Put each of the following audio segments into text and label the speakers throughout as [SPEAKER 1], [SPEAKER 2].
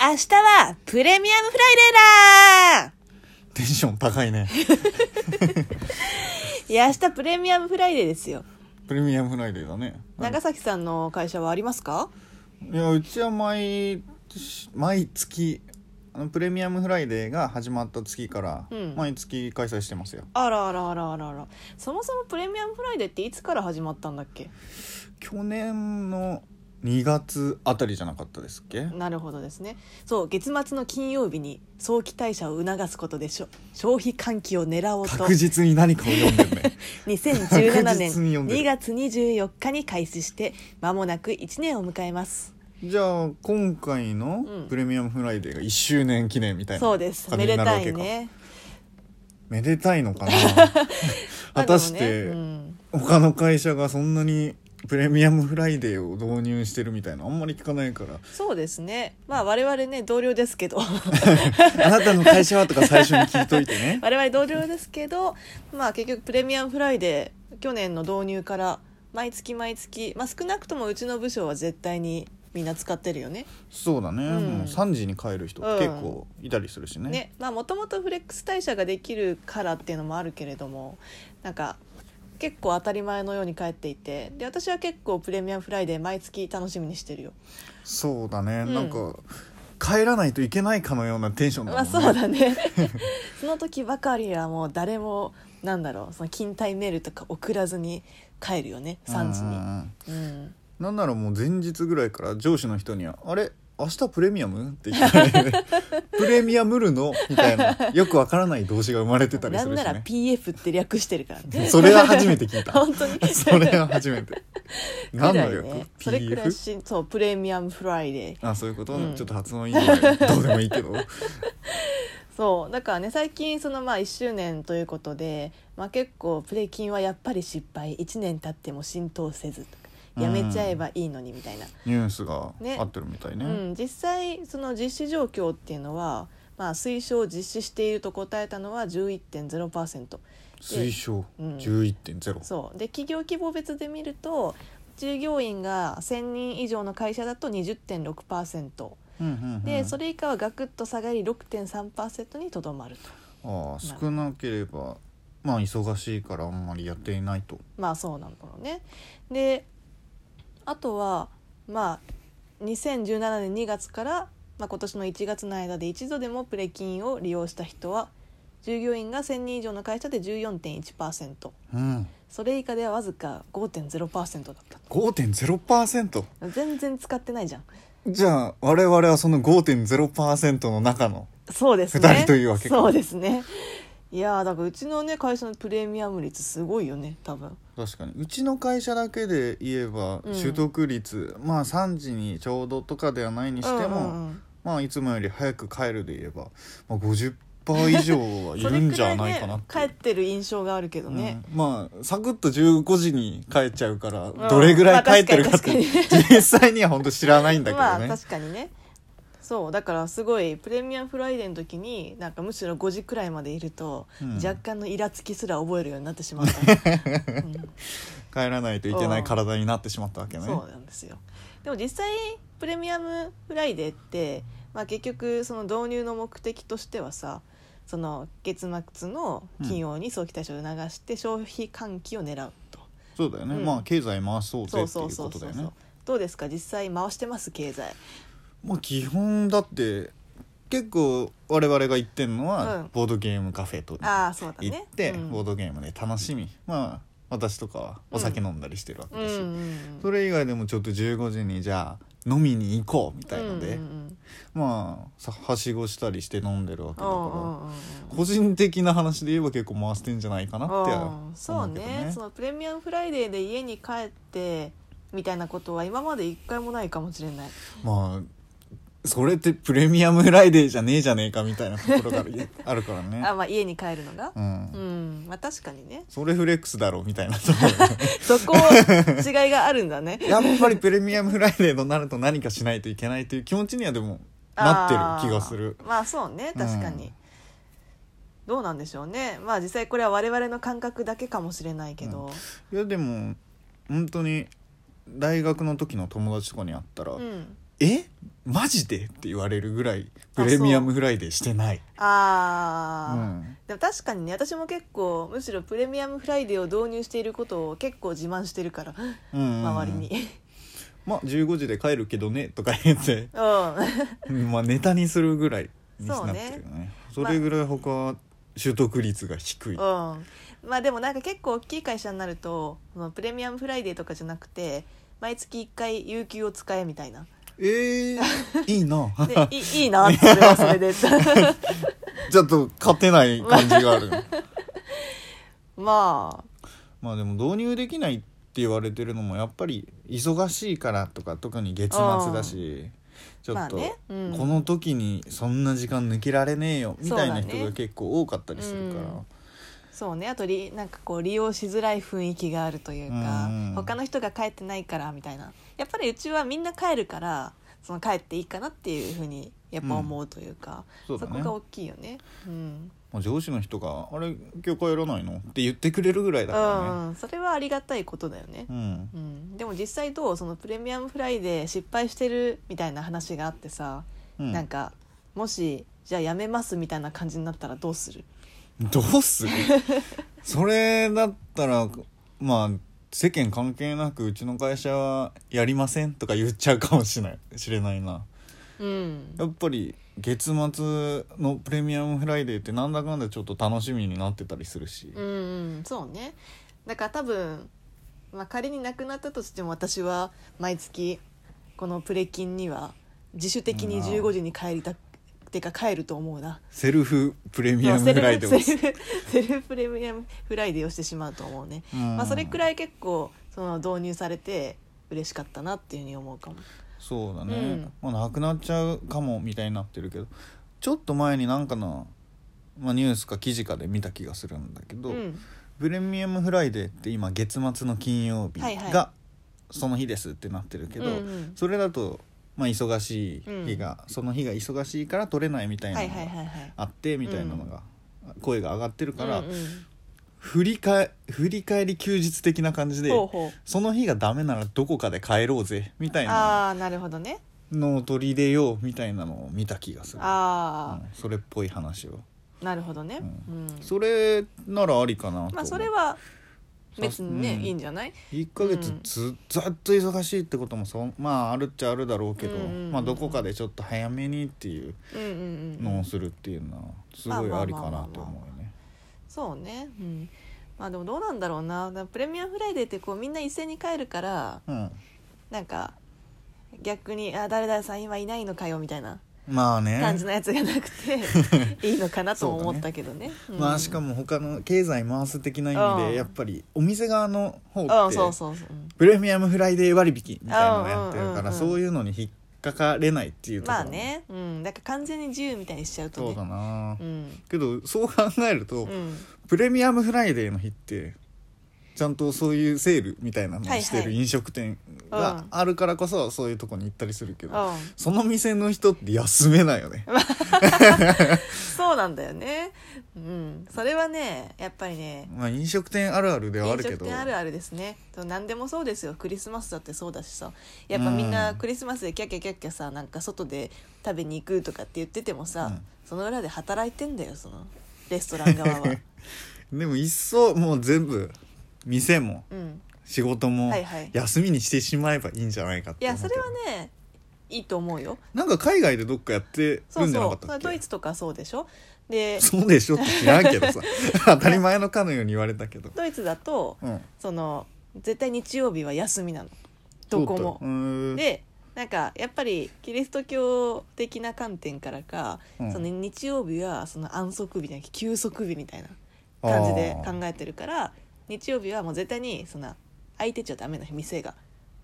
[SPEAKER 1] 明日はプレミアムフライデーだ
[SPEAKER 2] テンション高いね。
[SPEAKER 1] いや、明日プレミアムフライデーですよ。
[SPEAKER 2] プレミアムフライデーだね。
[SPEAKER 1] 長崎さんの会社はありますか
[SPEAKER 2] いや、うちは毎年、毎月、あのプレミアムフライデーが始まった月から
[SPEAKER 1] うん、
[SPEAKER 2] 毎月開催してますよ。
[SPEAKER 1] あらあらあらあらあら。そもそもプレミアムフライデーっていつから始まったんだっけ
[SPEAKER 2] 去年の2月あたりじゃなかったですっけ
[SPEAKER 1] なるほどですね。そう、月末の金曜日に早期退社を促すことでしょ消費喚起を狙おうと
[SPEAKER 2] 確、実に何かを読んでるね。
[SPEAKER 1] 2017年
[SPEAKER 2] 確実に読んでる
[SPEAKER 1] 2月24日に開始して、間もなく1年を迎えます。
[SPEAKER 2] じゃあ、今回の
[SPEAKER 1] うん
[SPEAKER 2] プレミアムフライデーが1周年記念みたいな
[SPEAKER 1] そうです。
[SPEAKER 2] 感
[SPEAKER 1] め
[SPEAKER 2] じに
[SPEAKER 1] で
[SPEAKER 2] なるわ
[SPEAKER 1] た
[SPEAKER 2] け
[SPEAKER 1] い
[SPEAKER 2] か。
[SPEAKER 1] ね。
[SPEAKER 2] めでたい のかな
[SPEAKER 1] まあ
[SPEAKER 2] 果たし
[SPEAKER 1] で
[SPEAKER 2] て
[SPEAKER 1] もねうん
[SPEAKER 2] 他の会社がそんなにプレミアムフライデーを導入してるみたいなあんまり聞かないから
[SPEAKER 1] そうですね。まあ我々ね、同僚ですけど。
[SPEAKER 2] あなたの会社はとか最初に聞いといてね
[SPEAKER 1] 我々同僚ですけど、まあ、結局プレミアムフライデー去年の導入から毎月毎月、まあ、少なくともうちの部署は絶対にみんな使ってるよね。
[SPEAKER 2] そうだね、
[SPEAKER 1] うん
[SPEAKER 2] もう3時に帰る人結構いたりするしね,、
[SPEAKER 1] ねまあもともとフレックス退社ができるからっていうのもあるけれどもなんか結構当たり前のように帰っていてで私は結構プレミアムフライデー毎月楽しみにしてるよ。
[SPEAKER 2] そうだね、
[SPEAKER 1] うん
[SPEAKER 2] なんか帰らないといけないかのようなテンションだ
[SPEAKER 1] ま
[SPEAKER 2] もん
[SPEAKER 1] あそ
[SPEAKER 2] ね、
[SPEAKER 1] うだね その時ばかりはもう誰もなんだろうその勤怠メールとか送らずに帰るよね3時
[SPEAKER 2] うんう
[SPEAKER 1] に。
[SPEAKER 2] んうん
[SPEAKER 1] うん
[SPEAKER 2] なんならもう前日ぐらいから上司の人には「あれ明日プレミアム?」って聞か れて「プレミアムるの?」みたいなよくわからない動詞が生まれてたり
[SPEAKER 1] な
[SPEAKER 2] す
[SPEAKER 1] ん
[SPEAKER 2] るし
[SPEAKER 1] なら
[SPEAKER 2] ね
[SPEAKER 1] PF って略してるからね
[SPEAKER 2] それは初めて聞いた
[SPEAKER 1] 本当に
[SPEAKER 2] それは初め て。何の略、
[SPEAKER 1] くらいねそれくらい
[SPEAKER 2] ?PF?
[SPEAKER 1] しそうプレミアムフライデー
[SPEAKER 2] あそういうこと、
[SPEAKER 1] うん
[SPEAKER 2] ちょっと発音いいのでどうでもいいけど
[SPEAKER 1] そうだからね最近そのまあ1周年ということで、まあ、結構プレキンはやっぱり失敗1年経っても浸透せずとか
[SPEAKER 2] うん
[SPEAKER 1] やめちゃえばいいのにみたいな、
[SPEAKER 2] ニュースが
[SPEAKER 1] ね
[SPEAKER 2] 合ってるみたいね
[SPEAKER 1] うん、実際その実施状況っていうのは、まあ、推奨を実施していると答えたのは11.0%
[SPEAKER 2] 推奨
[SPEAKER 1] うん
[SPEAKER 2] 11.0、
[SPEAKER 1] そうで企業規模別で見ると従業員が1,000人以上の会社だと20.6%
[SPEAKER 2] うんうんうん
[SPEAKER 1] で、それ以下はガクッと下がり6.3%にとどまると
[SPEAKER 2] ああ少なければまあ忙しいからあんまりやっていないと
[SPEAKER 1] まあそうなんだろうね。であとはまあ2017年2月から、まあ、今年の1月の間で一度でもプレ金を利用した人は従業員が1,000人以上の会社で14.1%
[SPEAKER 2] うん
[SPEAKER 1] それ以下ではわずか5.0%だった
[SPEAKER 2] 5.0%
[SPEAKER 1] 全然使ってないじゃん。
[SPEAKER 2] じゃあ我々はその5.0%の中の
[SPEAKER 1] そうですね。
[SPEAKER 2] 二人というわけか
[SPEAKER 1] そうですね。いやーだからうちのね会社のプレミアム率すごいよね多分。
[SPEAKER 2] 確かにうちの会社だけで言えば
[SPEAKER 1] うん
[SPEAKER 2] 取得率、まあ3時にちょうどとかではないにしても、
[SPEAKER 1] うんうんうん
[SPEAKER 2] まあいつもより早く帰るで言えば、まあ、50%以上はいるんじゃないかな
[SPEAKER 1] そ
[SPEAKER 2] っ
[SPEAKER 1] れくらいね
[SPEAKER 2] て。
[SPEAKER 1] 帰ってる印象があるけど
[SPEAKER 2] う
[SPEAKER 1] ね、
[SPEAKER 2] ん、まあサクッと15時に帰っちゃうから、
[SPEAKER 1] ん
[SPEAKER 2] どれぐらい帰ってるかっ
[SPEAKER 1] ま
[SPEAKER 2] て、
[SPEAKER 1] あ確
[SPEAKER 2] 実際には本当知らないんだけ
[SPEAKER 1] ま
[SPEAKER 2] ど
[SPEAKER 1] あ
[SPEAKER 2] ね、
[SPEAKER 1] 確かにねそうだからすごいプレミアムフライデーの時になんかむしろ5時くらいまでいると、
[SPEAKER 2] うん
[SPEAKER 1] 若干のイラつきすら覚えるようになってしま った、うん
[SPEAKER 2] 帰らないといけない体になってしまったわけね
[SPEAKER 1] そうなんですよでも実際プレミアムフライデーって、まあ、結局その導入の目的としてはさその月末の金曜に早期退社を促して消費喚起を狙うと、
[SPEAKER 2] そうだよね、
[SPEAKER 1] うん
[SPEAKER 2] まあ経済回そう
[SPEAKER 1] そ
[SPEAKER 2] ぜ
[SPEAKER 1] う
[SPEAKER 2] ってい
[SPEAKER 1] そう
[SPEAKER 2] う
[SPEAKER 1] そ
[SPEAKER 2] こ
[SPEAKER 1] う
[SPEAKER 2] と
[SPEAKER 1] そう
[SPEAKER 2] だよ
[SPEAKER 1] そう
[SPEAKER 2] ね
[SPEAKER 1] どうですか実際回してます経済
[SPEAKER 2] まあ基本だって結構我々が言ってるのは、
[SPEAKER 1] うん
[SPEAKER 2] ボードゲームカフェと
[SPEAKER 1] ああそうだね
[SPEAKER 2] 行って、
[SPEAKER 1] うん
[SPEAKER 2] ボードゲームで楽しみまあ私とかはお酒飲んだりしてるわけ
[SPEAKER 1] うん
[SPEAKER 2] だし、
[SPEAKER 1] うんうん
[SPEAKER 2] それ以外でもちょっと15時にじゃあ飲みに行こうみたいので、
[SPEAKER 1] うんうんうん
[SPEAKER 2] まあさはしごしたりして飲んでるわけだから、
[SPEAKER 1] うんうんうん
[SPEAKER 2] 個人的な話で言えば結構回してんじゃないかなって
[SPEAKER 1] う
[SPEAKER 2] 思
[SPEAKER 1] んそう
[SPEAKER 2] うけどね
[SPEAKER 1] ねそのプレミアムフライデーで家に帰ってみたいなことは今まで一回もないかもしれない
[SPEAKER 2] まあそれってプレミアムフライデーじゃねえじゃねえかみたいなところがあるからね
[SPEAKER 1] あ、まあ、家に帰るのが
[SPEAKER 2] う、
[SPEAKER 1] うんんまあ確かに ね
[SPEAKER 2] それフレックスだろうみたいなところが
[SPEAKER 1] そこ違いがあるんだね
[SPEAKER 2] やっぱりプレミアムフライデーとなると何かしないといけないという気持ちにはでもなってる気がする
[SPEAKER 1] あーまあそうね確かに、
[SPEAKER 2] うん
[SPEAKER 1] どうなんでしょうねまあ実際これは我々の感覚だけかもしれないけど、
[SPEAKER 2] いやでも本当に大学の時の友達とかに会ったら、
[SPEAKER 1] うん
[SPEAKER 2] 「えマジで?」って言われるぐらいプレミアムフライデーしてない。う
[SPEAKER 1] あー、
[SPEAKER 2] ん、
[SPEAKER 1] でも確かにね私も結構むしろプレミアムフライデーを導入していることを結構自慢してるから
[SPEAKER 2] うん
[SPEAKER 1] 周りに
[SPEAKER 2] まあ15時で帰るけどねとか言って、
[SPEAKER 1] うん
[SPEAKER 2] うんまあ、ネタにするぐらいにな
[SPEAKER 1] そ
[SPEAKER 2] っ
[SPEAKER 1] う
[SPEAKER 2] て
[SPEAKER 1] ね
[SPEAKER 2] るよねそれぐらい他は取得率が低 い、
[SPEAKER 1] うんまあでもなんか結構大きい会社になるとそのプレミアムフライデーとかじゃなくて毎月1回有給を使えみたいな
[SPEAKER 2] ええー、いいな
[SPEAKER 1] でい いいいなそれはそれで
[SPEAKER 2] ちょっと勝てない感じがある
[SPEAKER 1] ま
[SPEAKER 2] まあでも導入できないって言われてるのもやっぱり忙しいからとか特に月末だしちょっと、
[SPEAKER 1] まあねうん
[SPEAKER 2] この時にそんな時間抜けられねえよみたいな
[SPEAKER 1] そうだ
[SPEAKER 2] 人
[SPEAKER 1] ね
[SPEAKER 2] が結構多かったりするから、
[SPEAKER 1] うんあそうねあとりなんかこう利用しづらい雰囲気があるというか
[SPEAKER 2] うん
[SPEAKER 1] 他の人が帰ってないからみたいなやっぱりうちはみんな帰るからその帰っていいかなっていうふうにやっぱ思うというか、
[SPEAKER 2] そう
[SPEAKER 1] そ
[SPEAKER 2] だ
[SPEAKER 1] こ
[SPEAKER 2] ね
[SPEAKER 1] が大きいよね。うん、
[SPEAKER 2] もう上司の人が「あれ今日帰らないの?」って言ってくれるぐらいだからね
[SPEAKER 1] うん、それはありがたいことだよね
[SPEAKER 2] う。ん
[SPEAKER 1] うん、でも実際どうそのプレミアムフライで失敗してるみたいな話があってさ、
[SPEAKER 2] うん
[SPEAKER 1] なんかもしじゃあやめますみたいな感じになったらどうする？
[SPEAKER 2] どうする それだったらまあ世間関係なくうちの会社はやりませんとか言っちゃうかもしれない知れないな
[SPEAKER 1] うん、
[SPEAKER 2] やっぱり月末のプレミアムフライデーってなんだかんだちょっと楽しみになってたりするし、
[SPEAKER 1] うん、うん、そうね。だから多分、まあ、仮になくなったとしても私は毎月このプレキンには自主的に15時に帰りたってか帰ると思うな。
[SPEAKER 2] セルフプレミアムフライデー を
[SPEAKER 1] セルフセルフプレミアムフライデーをしてしまうと思うね、
[SPEAKER 2] うん
[SPEAKER 1] まあ、それくらい結構その導入されて嬉しかったなっていうふうに思うかも
[SPEAKER 2] そうだね、
[SPEAKER 1] うん
[SPEAKER 2] まあ、なくなっちゃうかもみたいになってるけどちょっと前になんかな、まあ、ニュースか記事かで見た気がするんだけど、
[SPEAKER 1] うん
[SPEAKER 2] プレミアムフライデーって今月末の金曜日
[SPEAKER 1] はいはい
[SPEAKER 2] がその日ですってなってるけど、
[SPEAKER 1] うんうん
[SPEAKER 2] それだと、まあ、忙しい日が、その日が忙しいから取れないみたいな
[SPEAKER 1] はい
[SPEAKER 2] の
[SPEAKER 1] はい
[SPEAKER 2] が
[SPEAKER 1] はいはい
[SPEAKER 2] あってみたいなのが、声が上がってるから、
[SPEAKER 1] うんうん
[SPEAKER 2] 振りかえ振り返り休日的な感じで
[SPEAKER 1] ほうほう
[SPEAKER 2] その日がダメならどこかで帰ろうぜみたいな
[SPEAKER 1] ああなるほどね
[SPEAKER 2] のを取り入れようみたいなのを見た気がする、
[SPEAKER 1] あ
[SPEAKER 2] うんそれっぽい話を
[SPEAKER 1] あなるほどね、う
[SPEAKER 2] うんそれならありかなと思う
[SPEAKER 1] まあそれは別にね、
[SPEAKER 2] うん
[SPEAKER 1] いいんじゃない
[SPEAKER 2] 1ヶ月ず,、ずっと忙しいってこともそまああるっちゃあるだろうけど、
[SPEAKER 1] うんうんうん
[SPEAKER 2] まあ、どこかでちょっと早めにっていう
[SPEAKER 1] うんうんうん
[SPEAKER 2] のをするっていうのはすごいありかなと思うよね。
[SPEAKER 1] そうねうんまあでもどうなんだろうなだからプレミアムフライデーってこうみんな一斉に帰るから
[SPEAKER 2] うん
[SPEAKER 1] なんか逆に「あ誰々さん今いないのかよ」みたいな
[SPEAKER 2] まあね
[SPEAKER 1] 感じのやつがなく ていいのかなとも思ったけどね。うん
[SPEAKER 2] まあしかも他の経済回す的な意味
[SPEAKER 1] うん
[SPEAKER 2] でやっぱりお店側の方
[SPEAKER 1] うん
[SPEAKER 2] って
[SPEAKER 1] そうそうそううん
[SPEAKER 2] プレミアムフライデー割引みたいなのやってる
[SPEAKER 1] うんう
[SPEAKER 2] か
[SPEAKER 1] んうんう
[SPEAKER 2] ら
[SPEAKER 1] ん
[SPEAKER 2] そういうのに引っかかれないっていうところ
[SPEAKER 1] まあね、うん、だから完全に自由みたいにしちゃうとね
[SPEAKER 2] そうだな
[SPEAKER 1] うん
[SPEAKER 2] けどそう考えると
[SPEAKER 1] うん、
[SPEAKER 2] プレミアムフライデーの日ってちゃんとそういうセールみたいなのをして
[SPEAKER 1] はいは
[SPEAKER 2] る
[SPEAKER 1] い
[SPEAKER 2] 飲食店があるからこそそういうとこに行ったりするけど、
[SPEAKER 1] うん
[SPEAKER 2] その店の人って休めない よね、
[SPEAKER 1] そうなんだよね、うん、それはねやっぱりね
[SPEAKER 2] まあ、飲食店あるあるではあ
[SPEAKER 1] 飲
[SPEAKER 2] るけ
[SPEAKER 1] 食
[SPEAKER 2] ど
[SPEAKER 1] 店あるあるですねと何でもそうですよクリスマスだってそうだしさやっぱみんな
[SPEAKER 2] うん
[SPEAKER 1] クリスマスでキャッキャキャッキャさなんか外で食べに行くとかって言っててもさ、
[SPEAKER 2] うん
[SPEAKER 1] その裏で働いてんだよそのレストラン側 は、
[SPEAKER 2] でも一層もう全部店も
[SPEAKER 1] うん、
[SPEAKER 2] 仕事も
[SPEAKER 1] はいはい
[SPEAKER 2] 休みにしてしまえばいいんじゃないかっ
[SPEAKER 1] い
[SPEAKER 2] て思
[SPEAKER 1] や
[SPEAKER 2] う
[SPEAKER 1] そ
[SPEAKER 2] けど
[SPEAKER 1] れはねいいと思うよ
[SPEAKER 2] なんか海外でどっかやって
[SPEAKER 1] そ
[SPEAKER 2] る
[SPEAKER 1] うん
[SPEAKER 2] じゃ
[SPEAKER 1] そ
[SPEAKER 2] なか
[SPEAKER 1] う
[SPEAKER 2] っ
[SPEAKER 1] そ
[SPEAKER 2] たっ
[SPEAKER 1] れ
[SPEAKER 2] け
[SPEAKER 1] ドイツとかそうでしょで
[SPEAKER 2] そうでしょって知らんけど さ当たり前のかのように言われたけど、
[SPEAKER 1] ドイツだと
[SPEAKER 2] うん、
[SPEAKER 1] その絶対日曜日は休みなのどこも
[SPEAKER 2] そうだうーん
[SPEAKER 1] でなんかやっぱりキリスト教的な観点からか、
[SPEAKER 2] うん
[SPEAKER 1] その日曜日はその安息日じゃなくて休息日みたいな感じで
[SPEAKER 2] あー
[SPEAKER 1] 考えてるから日曜日はもう絶対にそんな空いてちゃダメな店が、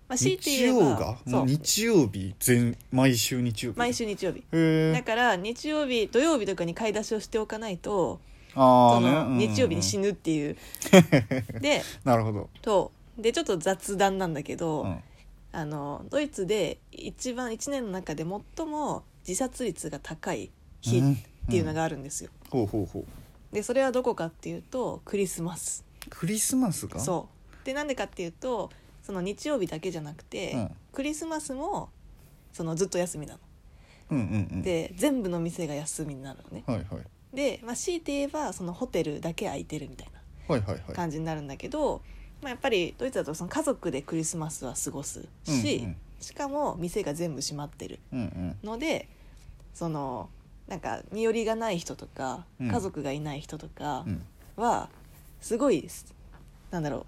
[SPEAKER 1] まあ、強いて
[SPEAKER 2] 日
[SPEAKER 1] 言え
[SPEAKER 2] 曜
[SPEAKER 1] ば
[SPEAKER 2] が
[SPEAKER 1] そ
[SPEAKER 2] もう
[SPEAKER 1] う
[SPEAKER 2] 日曜日全毎週日曜日
[SPEAKER 1] 毎週日曜日
[SPEAKER 2] へ
[SPEAKER 1] だ
[SPEAKER 2] え
[SPEAKER 1] から日曜日土曜日とかに買い出しをしておかないと
[SPEAKER 2] あ
[SPEAKER 1] そ
[SPEAKER 2] あね
[SPEAKER 1] の
[SPEAKER 2] うん
[SPEAKER 1] 日曜日に死ぬって いう。で
[SPEAKER 2] なるほど、
[SPEAKER 1] とでちょっと雑談なんだけど、
[SPEAKER 2] うん
[SPEAKER 1] あのドイツで一番1年の中で最も自殺率が高い日っていうのがあるんですよ。
[SPEAKER 2] ほうほうほう
[SPEAKER 1] でそれはどこかっていうとクリスマス。
[SPEAKER 2] クリスマスか
[SPEAKER 1] そうでなんでかっていうとその日曜日だけじゃなくて、
[SPEAKER 2] うん
[SPEAKER 1] クリスマスもそのずっと休みなの。
[SPEAKER 2] うんうんうん
[SPEAKER 1] で全部の店が休みになるのね。
[SPEAKER 2] はいはい
[SPEAKER 1] で、まあ、強いて言えばそのホテルだけ空いてるみたいな
[SPEAKER 2] はいはいはい
[SPEAKER 1] 感じになるんだけど、まあ、やっぱりドイツだとその家族でクリスマスは過ごすし、
[SPEAKER 2] うんうん
[SPEAKER 1] しかも店が全部閉まってる
[SPEAKER 2] うんうん
[SPEAKER 1] のでそのなんか身寄りがない人とか
[SPEAKER 2] うん
[SPEAKER 1] 家族がいない人とか
[SPEAKER 2] うん
[SPEAKER 1] はすごい、なんだろう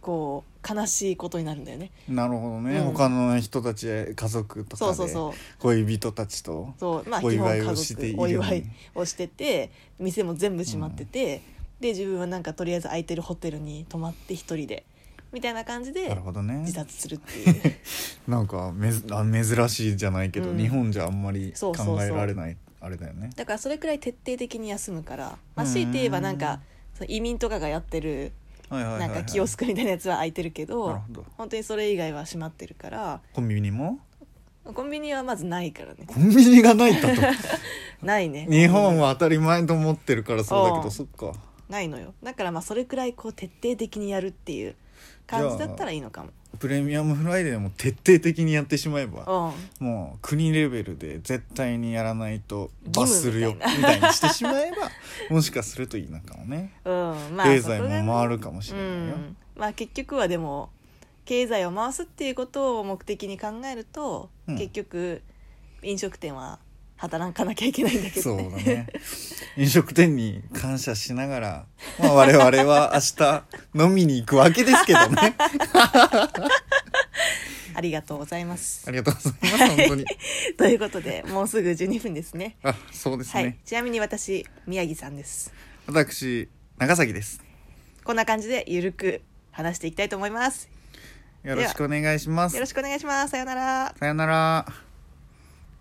[SPEAKER 1] こう悲しいことになるんだよね。
[SPEAKER 2] なるほどね、
[SPEAKER 1] うん
[SPEAKER 2] 他の人たち家族とか
[SPEAKER 1] そ
[SPEAKER 2] で
[SPEAKER 1] うそうそう
[SPEAKER 2] 恋人たちと
[SPEAKER 1] そうまあ
[SPEAKER 2] お
[SPEAKER 1] 基本
[SPEAKER 2] 祝い
[SPEAKER 1] 家
[SPEAKER 2] をしてい
[SPEAKER 1] 族
[SPEAKER 2] る
[SPEAKER 1] お祝いをしてて店も全部閉まってて、で自分はなんかとりあえず空いてるホテルに泊まって一人でみたいな感じ
[SPEAKER 2] な
[SPEAKER 1] で
[SPEAKER 2] るほどね
[SPEAKER 1] 自殺するっていう
[SPEAKER 2] なんかめずあ珍しいじゃないけど、
[SPEAKER 1] うん
[SPEAKER 2] 日本じゃあんまり
[SPEAKER 1] そ
[SPEAKER 2] 考
[SPEAKER 1] うそうそう
[SPEAKER 2] えられないあれだよね
[SPEAKER 1] だからそれくらい徹底的に休むから、まあ、
[SPEAKER 2] うん
[SPEAKER 1] 強いて言えばなんかその移民とかがやってる
[SPEAKER 2] はいはいはい、は、
[SPEAKER 1] ないんかキオスクみたいなやつは空いてるけど,、
[SPEAKER 2] なるほど
[SPEAKER 1] 本当にそれ以外は閉まってるから
[SPEAKER 2] コンビニも
[SPEAKER 1] コンビニはまずないから ね
[SPEAKER 2] コンビニがないん だと
[SPEAKER 1] ないね
[SPEAKER 2] 日本は当たり前と思ってるからそうだけ
[SPEAKER 1] う
[SPEAKER 2] ど
[SPEAKER 1] ん
[SPEAKER 2] そっか
[SPEAKER 1] ないのよだからまあそれくらいこう徹底的にやるっていう感じだったらいいのか
[SPEAKER 2] プレミアムフライデーでも徹底的にやってしまえば
[SPEAKER 1] もうん
[SPEAKER 2] もう国レベルで絶対にやらないと罰するよ
[SPEAKER 1] 義
[SPEAKER 2] みたいにしてしまえばもしかするといいのかもね
[SPEAKER 1] うんまあ
[SPEAKER 2] 経済も回
[SPEAKER 1] る
[SPEAKER 2] るかもしれないよ、
[SPEAKER 1] うん、まあ結局はでも経済を回すっていうことを目的に考えると、
[SPEAKER 2] うん
[SPEAKER 1] 結局飲食店は働かなきゃいけないんだけ
[SPEAKER 2] そ
[SPEAKER 1] ど
[SPEAKER 2] うだ
[SPEAKER 1] ね
[SPEAKER 2] ね飲食店に感謝しながら、まあ、我々は明日飲みに行くわけですけど ね
[SPEAKER 1] ありがとうございます
[SPEAKER 2] ありがとうございます本当に
[SPEAKER 1] ということでもうすぐ12分ですね
[SPEAKER 2] あそうです
[SPEAKER 1] は
[SPEAKER 2] ね、
[SPEAKER 1] いちなみに私宮城さんです
[SPEAKER 2] 私長崎です
[SPEAKER 1] こんな感じでゆるく話していきたいと思います
[SPEAKER 2] よろしくお願いします
[SPEAKER 1] よろしくお願いしますさようなら
[SPEAKER 2] さよなら